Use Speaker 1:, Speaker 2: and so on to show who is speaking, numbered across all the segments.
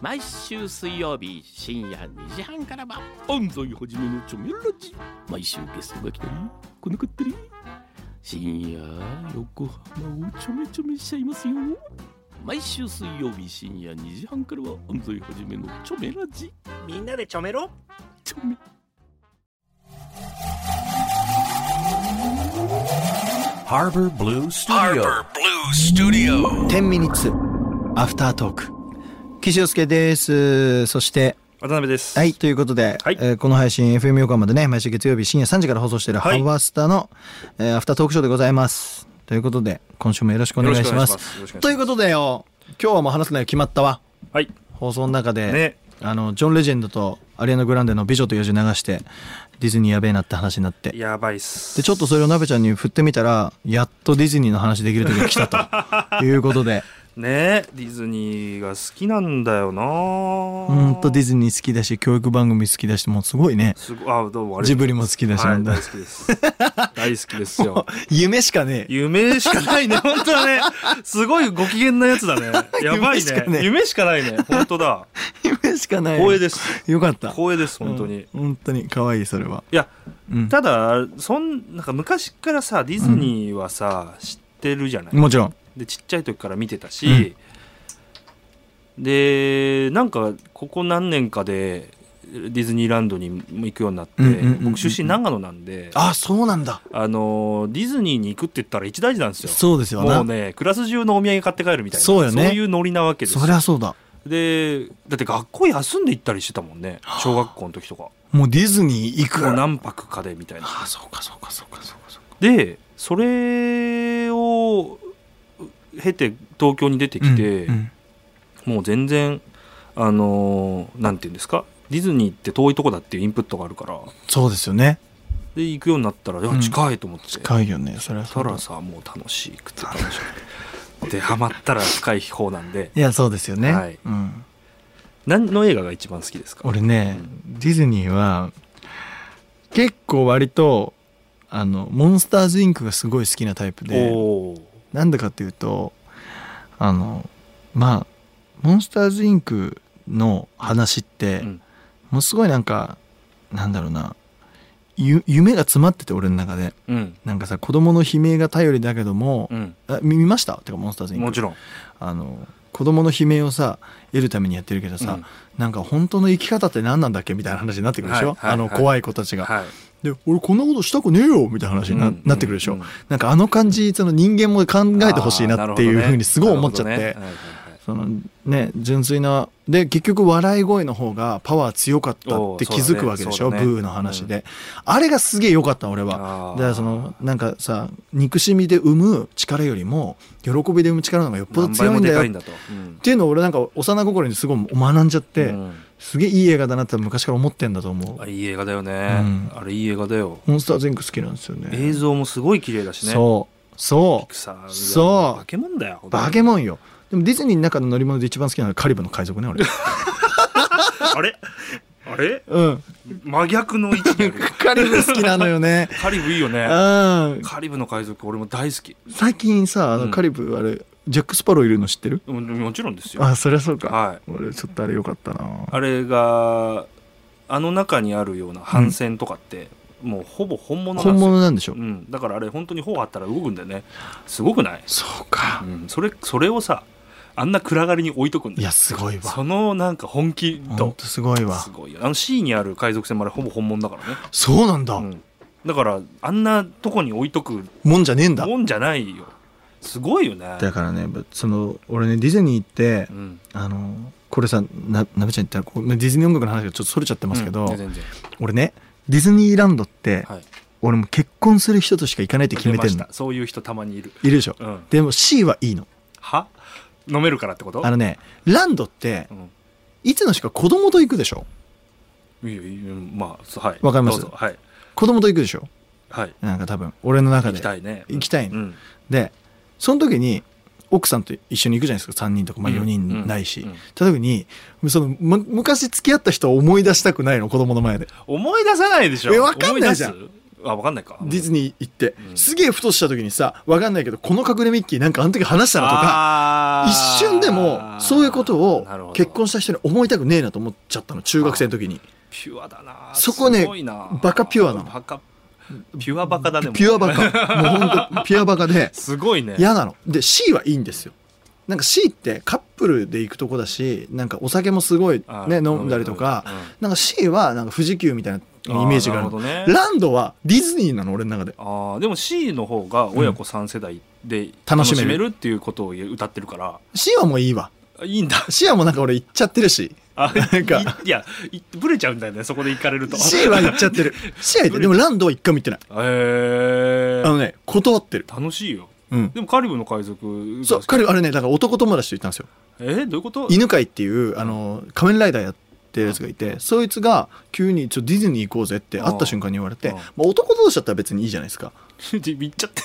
Speaker 1: 毎週水曜日深夜2時半からは安西はじめのチョメラジ毎週ゲストが来たり来なかったり深夜横浜をちょめちょめしちゃいますよ毎週水曜日深夜2時半からは安西はじめのチョメラジ
Speaker 2: みんなでちょめろ
Speaker 1: チョメ
Speaker 3: 10ミニッツアフタートーク岸洋介ですそして
Speaker 4: 渡辺です。
Speaker 3: はいということで、
Speaker 4: はい
Speaker 3: えーこの配信 FM 横浜でね毎週月曜日深夜3時から放送しているハ
Speaker 4: はい
Speaker 3: バスタの、えーアフタートークショーでございますということで今週もよろしくお願いします
Speaker 4: よろしくお願いします
Speaker 3: ということでよ今日はもう話す内容決まったわ
Speaker 4: はい。
Speaker 3: 放送の中で、
Speaker 4: ね
Speaker 3: あのジョン・レジェンドとアリアナ・グランデの「美女と野獣」流してディズニーやべえなって話になって
Speaker 4: やばいっす。
Speaker 3: でちょっとそれを鍋ちゃんに振ってみたらやっとディズニーの話できる時が来たということで
Speaker 4: ねディズニーが好きなんだよな
Speaker 3: ほんとディ
Speaker 4: ズ
Speaker 3: ズニー好きだし教育番組好きだしもうすごいね
Speaker 4: すごあ、どうもありがとう
Speaker 3: ジブリも好きだし、
Speaker 4: は
Speaker 3: ほ
Speaker 4: い、
Speaker 3: んと
Speaker 4: 大好きです。大好きです よ。
Speaker 3: 夢しかねえ
Speaker 4: 夢しか ないね、本当だね。すごいご機嫌なやつだね。やばい
Speaker 3: 夢しかね
Speaker 4: ね。夢しかないね。本当だ。
Speaker 3: 夢しかない
Speaker 4: 光栄です。
Speaker 3: よかった
Speaker 4: 光栄です、本当に。い
Speaker 3: うん本当に可愛いそれは
Speaker 4: や、
Speaker 3: うん
Speaker 4: ただ、そん、なんか昔からさ、ディズニーはさ、知ってるじゃない
Speaker 3: もちろん
Speaker 4: でちっちゃい時から見てたし、でなんかここ何年かでディズニーランドにも行くようになって、
Speaker 3: うんうんうんうん
Speaker 4: 僕出身長野なんであ
Speaker 3: あそうなんだ
Speaker 4: のディズニーに行くって言ったら一大事なんですよ
Speaker 3: そうですよな
Speaker 4: もうねクラス中のお土産買って帰るみたいな
Speaker 3: そうよね
Speaker 4: いうノリなわけですよ
Speaker 3: そりゃそうだ
Speaker 4: でだって学校休んで行ったりしてたもんね小学校の時とか
Speaker 3: もうディズニー行く
Speaker 4: もう何泊かでみたいな
Speaker 3: あそうかそうかそうかそうかそうか
Speaker 4: でそれを経て東京に出てきて、
Speaker 3: うんうん
Speaker 4: もう全然あのーなんて言うんですかディズニーって遠いとこだっていうインプットがあるから
Speaker 3: そうですよね
Speaker 4: で行くようになったらいや
Speaker 3: うん
Speaker 4: 近いと思って、そ
Speaker 3: 近いよねそれは
Speaker 4: した
Speaker 3: そうだ
Speaker 4: らさもう楽しくて楽しくてでハマったら深い方なんで
Speaker 3: いやそうですよね、
Speaker 4: はい
Speaker 3: うん、
Speaker 4: 何の映画が一番好きですか
Speaker 3: 俺ねディズニーは結構割とあのモンスターズインクがすごい好きなタイプ
Speaker 4: お
Speaker 3: で
Speaker 4: おー
Speaker 3: なんでかっていうとあのまあモンスターズインクの話って、
Speaker 4: うん
Speaker 3: ものすごいなんかなんだろうなゆ夢が詰まってて俺の中で
Speaker 4: うん
Speaker 3: なんかさ子供の悲鳴が頼りだけども、
Speaker 4: うん
Speaker 3: あ見見ましたてかモンスターズインク
Speaker 4: もちろん
Speaker 3: あの子供の悲鳴をさ得るためにやってるけどさ、
Speaker 4: うん
Speaker 3: なんか本当の生き方って何なんだっけみたいな話になってくるでしょ、
Speaker 4: はいはい
Speaker 3: あの
Speaker 4: はい
Speaker 3: 怖い子たちが。
Speaker 4: はい
Speaker 3: で俺こんなことしたくねえよみたいな話にな,、
Speaker 4: うん
Speaker 3: なってくるでしょ、
Speaker 4: うん
Speaker 3: なんかあの感じその人間も考えてほしいなっていうふうにすごい思っちゃって、
Speaker 4: あーなるほどねはいはいはい
Speaker 3: そのね純粋なで結局笑い声の方がパワー強かったって気づくわけでしょ、
Speaker 4: おーそうだねそうだね
Speaker 3: ブーの話で、あれがすげえ良かった俺は
Speaker 4: あー
Speaker 3: だからそのなんかさ憎しみで生む力よりも喜びで生む力の方がよっぽ
Speaker 4: 何
Speaker 3: ど
Speaker 4: 倍
Speaker 3: 強い
Speaker 4: も
Speaker 3: んだ
Speaker 4: で
Speaker 3: よ
Speaker 4: か
Speaker 3: っ
Speaker 4: いんだと、うん
Speaker 3: ていうのを俺なんか幼心にすごい学んじゃって、
Speaker 4: うん
Speaker 3: すげえいい映画だなって昔から思ってんだと思う
Speaker 4: あれいい映画だよね、
Speaker 3: ん
Speaker 4: あれいい映画だよ
Speaker 3: モンスター全ク好きなんですよね
Speaker 4: 映像もすごい綺麗だしね
Speaker 3: そうそ
Speaker 4: ピクサー
Speaker 3: そう
Speaker 4: 化け物だよ
Speaker 3: うバケモンよでもディズニーの中の乗り物で一番好きなのはカリブの海賊 ね俺
Speaker 4: あれあれ
Speaker 3: うん
Speaker 4: 真逆の位置 にある
Speaker 3: カリブ好きなのよね
Speaker 4: カリブいいよね
Speaker 3: うん
Speaker 4: カリブの海賊俺も大好き
Speaker 3: 最近さあ
Speaker 4: う
Speaker 3: の
Speaker 4: ん
Speaker 3: カリブあれ、ジャック・スパローいるの知ってる
Speaker 4: ももちろんですよ
Speaker 3: あそりゃそうか、
Speaker 4: はい
Speaker 3: 俺ちょっとあれよかったな
Speaker 4: あれがあの中にあるような帆船とかって、もうほぼ本物なん
Speaker 3: 本
Speaker 4: ですよ
Speaker 3: 物なんでしょ、
Speaker 4: うん、だからあれ本当に頬あったら動くんだよねすごくない、
Speaker 3: そうか
Speaker 4: うん、それそれをさあんな暗がりに置いとくん
Speaker 3: い
Speaker 4: だよ
Speaker 3: やすごいわ
Speaker 4: そのなんか本気
Speaker 3: ほん
Speaker 4: と
Speaker 3: とすごいわ
Speaker 4: すごいよあの C にある海賊船までほぼ本物だからね
Speaker 3: そうなんだ、
Speaker 4: うん、だからあんなとこに置いとく
Speaker 3: もんじゃねえんだ
Speaker 4: もんじゃないよすごいよね
Speaker 3: だからねその俺ねディズニーって
Speaker 4: うん
Speaker 3: あのこれさななべちゃん言ったらこうディズニー音楽の話がちょっとそれちゃってますけど、
Speaker 4: うん全然
Speaker 3: 俺ねディズニーランドって、
Speaker 4: はい
Speaker 3: 俺も結婚する人としか行かないって決めて
Speaker 4: 出
Speaker 3: ん
Speaker 4: ま
Speaker 3: の
Speaker 4: したそういう人たまにいる
Speaker 3: いるでしょ、
Speaker 4: うん
Speaker 3: でも C はいいの
Speaker 4: は飲めるからってこと
Speaker 3: あのねランドって
Speaker 4: う
Speaker 3: いつのしか子供と行くでしょ
Speaker 4: んいいよいいよまあそうはい
Speaker 3: わかります
Speaker 4: どうぞはい
Speaker 3: 子供と行くでしょ
Speaker 4: はい
Speaker 3: なんか多分俺の中
Speaker 4: 行
Speaker 3: で
Speaker 4: きたいね
Speaker 3: 行きたいの
Speaker 4: うん
Speaker 3: でその時に奥さんと一緒に行くじゃないですか3人とか、まあ、
Speaker 4: うん
Speaker 3: 4人ないし、
Speaker 4: うんうん
Speaker 3: た時にその、む昔付き合った人を思い出したくないの子供の前で
Speaker 4: 思い出さないでしょ
Speaker 3: えわかんないじゃん
Speaker 4: 思出すあ分かんないか
Speaker 3: ディズニー行って、
Speaker 4: うん
Speaker 3: すげえふとした時にさわかんないけどこの隠れミッキーなんかあの時話したなとか
Speaker 4: あー
Speaker 3: 一瞬でもそういうこと
Speaker 4: なるほど
Speaker 3: を結婚した人に思いたくねえなと思っちゃったの中学生の時に
Speaker 4: ピュアだな
Speaker 3: そこね
Speaker 4: すごいな
Speaker 3: バカピュアなの
Speaker 4: バカピュアバカだねもう
Speaker 3: ピュア バカもうほんとピュアバカです
Speaker 4: ごいね
Speaker 3: 嫌なので C はいいんですよなんか C ってカップルで行くとこだしなんかお酒もすごい
Speaker 4: あ
Speaker 3: ね
Speaker 4: ー
Speaker 3: 飲んだりとか
Speaker 4: 飲んだり
Speaker 3: なんか C はなんか富士急みたいなイメージがある
Speaker 4: あーなるほどね
Speaker 3: ランドはディズニーなの俺の中で
Speaker 4: あーでも C の方が親子3世代で
Speaker 3: 楽
Speaker 4: 楽し
Speaker 3: しめる
Speaker 4: めるっていうことを歌ってるから
Speaker 3: C はもういいわ
Speaker 4: あいいんだ
Speaker 3: C はもうなんか俺行っちゃってる し
Speaker 4: あ
Speaker 3: なんか
Speaker 4: いいやいブレちゃうんだよねそこで行かれると
Speaker 3: C は行っちゃってる C は行ってるでもランドは一回も行ってない
Speaker 4: へえ
Speaker 3: あのね断ってる
Speaker 4: 楽しいよ
Speaker 3: うん
Speaker 4: でもカリブの海賊
Speaker 3: そう彼あれねだから男友達と行ったんですよ
Speaker 4: えーどういうこと
Speaker 3: 犬飼っていうあの仮面ライダーやってるやつがいてそいつが急に「ちょディズニー行こうぜ」って会った瞬間に言われて
Speaker 4: うん
Speaker 3: まあ男同士だったら別にいいじゃないで すか
Speaker 4: 行っちゃって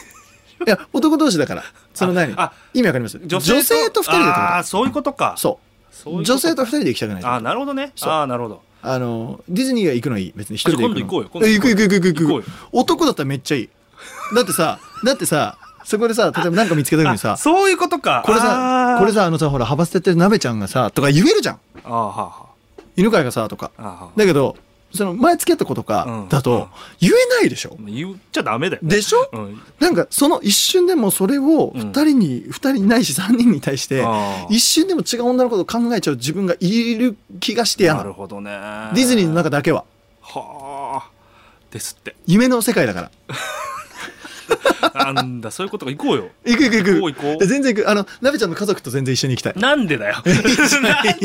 Speaker 3: いや男同士だからその何
Speaker 4: あ
Speaker 3: 意味わかります女性と二人でって
Speaker 4: ああー
Speaker 3: こ
Speaker 4: そういうことか
Speaker 3: とそ
Speaker 4: そういう
Speaker 3: う
Speaker 4: こと
Speaker 3: 女性と二人で行きたくない
Speaker 4: あーなるほどね
Speaker 3: そう
Speaker 4: ああなるほど
Speaker 3: あのディズニーは行くのいい別に一人で行くの
Speaker 4: じゃあ今度行こうよ今度
Speaker 3: え
Speaker 4: 行
Speaker 3: 行
Speaker 4: こう
Speaker 3: く
Speaker 4: よ
Speaker 3: 行く行く行く
Speaker 4: 行こうよ
Speaker 3: 男だったらめっちゃいいだってさだってさそこでさ例えば何か見つけた時に
Speaker 4: あ
Speaker 3: さ
Speaker 4: そういうことか
Speaker 3: これさ
Speaker 4: あー
Speaker 3: これさあのさほら幅捨ててる鍋ちゃんがさとか言えるじゃん
Speaker 4: あーはーは
Speaker 3: 犬飼がさとか
Speaker 4: ーあーは
Speaker 3: だけどその前付き合った子とか
Speaker 4: うん
Speaker 3: だ
Speaker 4: うん
Speaker 3: と言えないでしょ
Speaker 4: ー言っちゃダメだよ
Speaker 3: でしょ
Speaker 4: うん
Speaker 3: なんかその一瞬でもそれを
Speaker 4: うん
Speaker 3: 2人に2人にないし3人に対して
Speaker 4: あー
Speaker 3: 一瞬でも違う女のことを考えちゃう自分がいる気がしてや
Speaker 4: な
Speaker 3: な
Speaker 4: る
Speaker 3: の
Speaker 4: ほどね
Speaker 3: ディズニーの中だけは
Speaker 4: はあですって
Speaker 3: 夢の世界だから
Speaker 4: なんだそういうことか行こうよ
Speaker 3: 行く
Speaker 4: 行
Speaker 3: 行く行く
Speaker 4: こう行こ
Speaker 3: 全然行くあのなべちゃんの家族と全然一緒に行きたいう
Speaker 4: なんでだよ
Speaker 3: い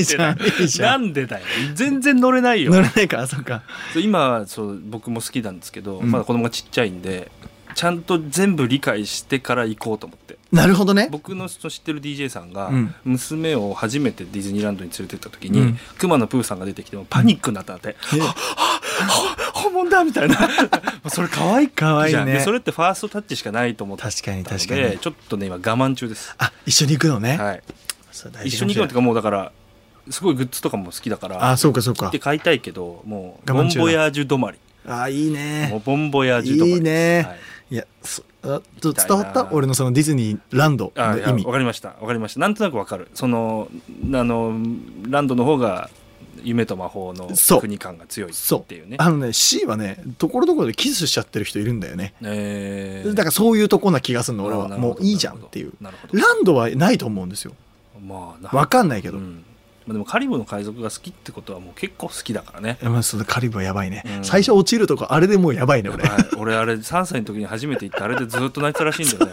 Speaker 3: いじゃんいいじゃ
Speaker 4: なんんでだよ全然乗れないよ
Speaker 3: 乗れないかそっか
Speaker 4: そう今そう僕も好きなんですけど、
Speaker 3: うん
Speaker 4: まだ子供がちっちゃいんでちゃんと全部理解してから行こうと思って
Speaker 3: なるほどね
Speaker 4: 僕の知ってる DJ さんが
Speaker 3: うん
Speaker 4: 娘を初めてディズニーランドに連れてった時に、
Speaker 3: うん
Speaker 4: 熊野プーさんが出てきてもパニックになったんだって
Speaker 3: え
Speaker 4: 「本物だ!」みたいな それ可愛い
Speaker 3: かわいい
Speaker 4: じゃんで
Speaker 3: ね
Speaker 4: それってファーストタッチしかないと思って
Speaker 3: 確かに
Speaker 4: たの
Speaker 3: 確か
Speaker 4: で
Speaker 3: に
Speaker 4: ちょっとね今我慢中です、
Speaker 3: あ一緒に行くのね
Speaker 4: はい、
Speaker 3: そう大
Speaker 4: 一
Speaker 3: 事
Speaker 4: 緒
Speaker 3: かも
Speaker 4: に
Speaker 3: し
Speaker 4: 行くのっ
Speaker 3: れない
Speaker 4: てかもうだからすごいグッズとかも好きだから
Speaker 3: あそうかそうか
Speaker 4: で買いたいけどもう
Speaker 3: 我
Speaker 4: ボ
Speaker 3: 慢
Speaker 4: ン
Speaker 3: 中だ
Speaker 4: ボヤージュ止まり
Speaker 3: あいい
Speaker 4: もう
Speaker 3: ね
Speaker 4: ボンボヤージュ止まり
Speaker 3: いいね
Speaker 4: はい
Speaker 3: いやそあちょっと
Speaker 4: みたい
Speaker 3: 伝
Speaker 4: な
Speaker 3: わった俺のそのディズニーランド
Speaker 4: あ
Speaker 3: の
Speaker 4: いや
Speaker 3: 意味
Speaker 4: わかりましたわかりましたなんとなくわかるそのあのランドの方が夢と魔法の
Speaker 3: そう
Speaker 4: 国感が強いっ
Speaker 3: そう
Speaker 4: ていうね
Speaker 3: あのね C はねところどころでキスしちゃってる人いるんだよね
Speaker 4: えー
Speaker 3: だからそういうとこな気がするの俺
Speaker 4: あ
Speaker 3: は
Speaker 4: なるほ
Speaker 3: も
Speaker 4: ど
Speaker 3: ういいじゃんっていう
Speaker 4: なるほどなる
Speaker 3: ランドはないと思うんですよ
Speaker 4: ほどまあな
Speaker 3: わかんないけ
Speaker 4: う
Speaker 3: ど、
Speaker 4: んまあでもカリブの海賊が好きってことはもう結構好きだからね
Speaker 3: まあ、そのカリブはやばいね、
Speaker 4: うん
Speaker 3: 最初落ちるとこあれでもうやばいね俺
Speaker 4: はい、俺あれ3歳の時に初めて行ってあれでずっと泣いてたらしいんだ よね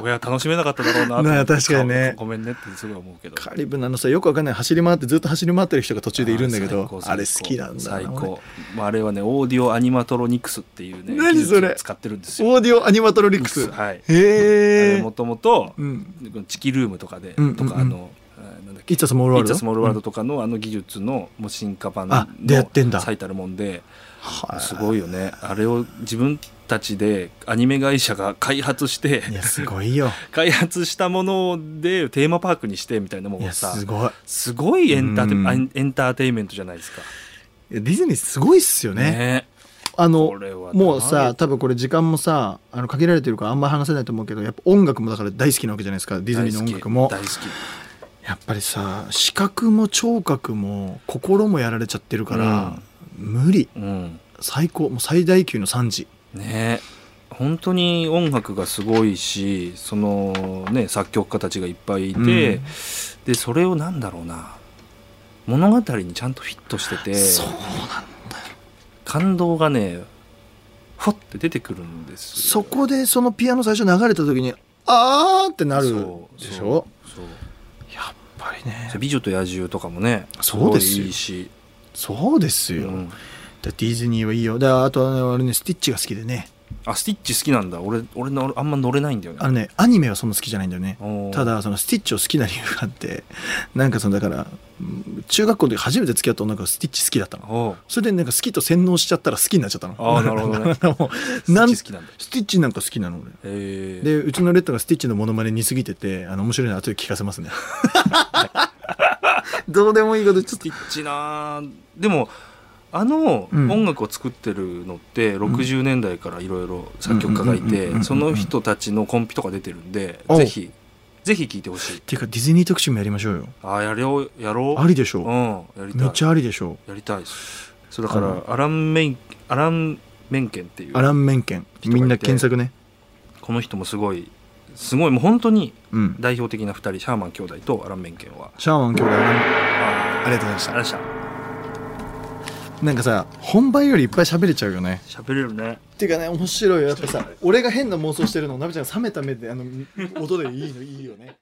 Speaker 4: 親楽しめなかっただろうなと思って
Speaker 3: なあ確かにね
Speaker 4: ごめんねってすごい思うけど
Speaker 3: カリブなのさよくわかんない走り回ってずっと走り回ってる人が途中でいるんだけ
Speaker 4: あー最
Speaker 3: ど
Speaker 4: 高
Speaker 3: あれ好きなんだな
Speaker 4: 最
Speaker 3: 俺
Speaker 4: 高、まあ、あれはねオーディオアニマトロニクスっていうね
Speaker 3: 何それ
Speaker 4: 技術を使ってるんですよ
Speaker 3: オーディオアニマトロリックス
Speaker 4: はいあ
Speaker 3: へ
Speaker 4: れ
Speaker 3: え
Speaker 4: もともと
Speaker 3: うん
Speaker 4: チキルームとかで、
Speaker 3: うん
Speaker 4: とか
Speaker 3: うん
Speaker 4: あ
Speaker 3: うん
Speaker 4: のあーなんだっ
Speaker 3: 「イ
Speaker 4: け
Speaker 3: ッツ・スモール
Speaker 4: イ
Speaker 3: ワー
Speaker 4: ッツ・
Speaker 3: ルド」
Speaker 4: アスモールワールド
Speaker 3: うん
Speaker 4: とかのあの技術のもう進化版
Speaker 3: あでやってん
Speaker 4: の
Speaker 3: だ
Speaker 4: 最たるもんで
Speaker 3: は
Speaker 4: すごいよねあれを自分たちでアニメ会社が開発して
Speaker 3: いいやすごいよ
Speaker 4: 開発したものでテーマパークにしてみたいな も
Speaker 3: い
Speaker 4: ん
Speaker 3: や
Speaker 4: さ
Speaker 3: すごい
Speaker 4: すごいエンターテイ
Speaker 3: うん
Speaker 4: あエンターテインメントじゃないですか。
Speaker 3: いやディズニーすごいっすよね
Speaker 4: ね
Speaker 3: あの
Speaker 4: これは
Speaker 3: もうさ多分これ時間もさあの限られてるからあんまり話せないと思うけどやっぱ音楽もだから大好きなわけじゃないですかディズニーの音楽も
Speaker 4: 大好き大好
Speaker 3: やっぱりさ視覚も聴覚も心もやられちゃってるから、無理
Speaker 4: きうん
Speaker 3: 最高もう最大級の惨事
Speaker 4: ね本当に音楽がすごいしそのね作曲家たちがいっぱいいて、
Speaker 3: うん
Speaker 4: でそれをなんだろうな物語にちゃんとフィットしてて
Speaker 3: そうなん
Speaker 4: 感動がねほって出てくるんですよ
Speaker 3: そこでそのピアノ最初流れた時にあーってなる
Speaker 4: そう
Speaker 3: でしょ
Speaker 4: そうそう
Speaker 3: やっぱりね
Speaker 4: そう美女と野獣とかもね
Speaker 3: そうですよ
Speaker 4: ごいいいし、
Speaker 3: そうです
Speaker 4: う
Speaker 3: よ、
Speaker 4: ん
Speaker 3: だディズニーはいいよだあとはね俺ねスティッチが好きでね
Speaker 4: あスティッチ好きなんだ俺俺のあんま乗れないんだよね
Speaker 3: あのねアニメはそんな好きじゃないんだよね
Speaker 4: おー
Speaker 3: ただそのスティッチを好きな理由があって なんかそのだからうん中学校の時初めて付き合った女の子がスティッチ好きだったの
Speaker 4: おう
Speaker 3: それでなんか好きと洗脳しちゃったら好きになっちゃったの
Speaker 4: あーなるほ どね
Speaker 3: も
Speaker 4: ス
Speaker 3: う
Speaker 4: ティ
Speaker 3: な
Speaker 4: ッ
Speaker 3: ん
Speaker 4: チ
Speaker 3: ス
Speaker 4: 好きなんだ
Speaker 3: ティッチなんか好きなの俺
Speaker 4: えー
Speaker 3: でうちのレッドがスティッチのモノマネ似すぎててあの面白いの後で聞か せますねどうでもいいことちょ
Speaker 4: スティッチなあでもあの
Speaker 3: うん
Speaker 4: 音楽を作ってるのって60年代からいろいろ作曲家がい
Speaker 3: うんうんうんうんうんう
Speaker 4: て
Speaker 3: ん
Speaker 4: その人たちのコンピとか出てるんで
Speaker 3: お
Speaker 4: ぜひぜひ聴いてほしい
Speaker 3: ていうかディズニー特集もやりましょうよ
Speaker 4: ああやろうやろう
Speaker 3: ありでし
Speaker 4: う
Speaker 3: ょ
Speaker 4: んやりたい
Speaker 3: めっちゃありでしょ
Speaker 4: やりたいですそうだか
Speaker 3: あ
Speaker 4: ら
Speaker 3: の
Speaker 4: アラン・メインアラン・メンケンっていう
Speaker 3: アラン・メンケン
Speaker 4: 人がいて
Speaker 3: みんな検索ね
Speaker 4: この人もすごいすごいもう本当に
Speaker 3: うん
Speaker 4: 代表的な2人シャーマン兄弟とアラン・メンケンは
Speaker 3: シャーマン兄弟あ
Speaker 4: あ
Speaker 3: りがとうございまし
Speaker 4: あ
Speaker 3: た
Speaker 4: あれでした
Speaker 3: なんかさ本番よりいっぱい喋れちゃうよね
Speaker 4: 喋れるね
Speaker 3: っていうかね面白いよやっぱさ俺が変な妄想してるのをなべちゃんが冷めた目であの音でいいのいいよね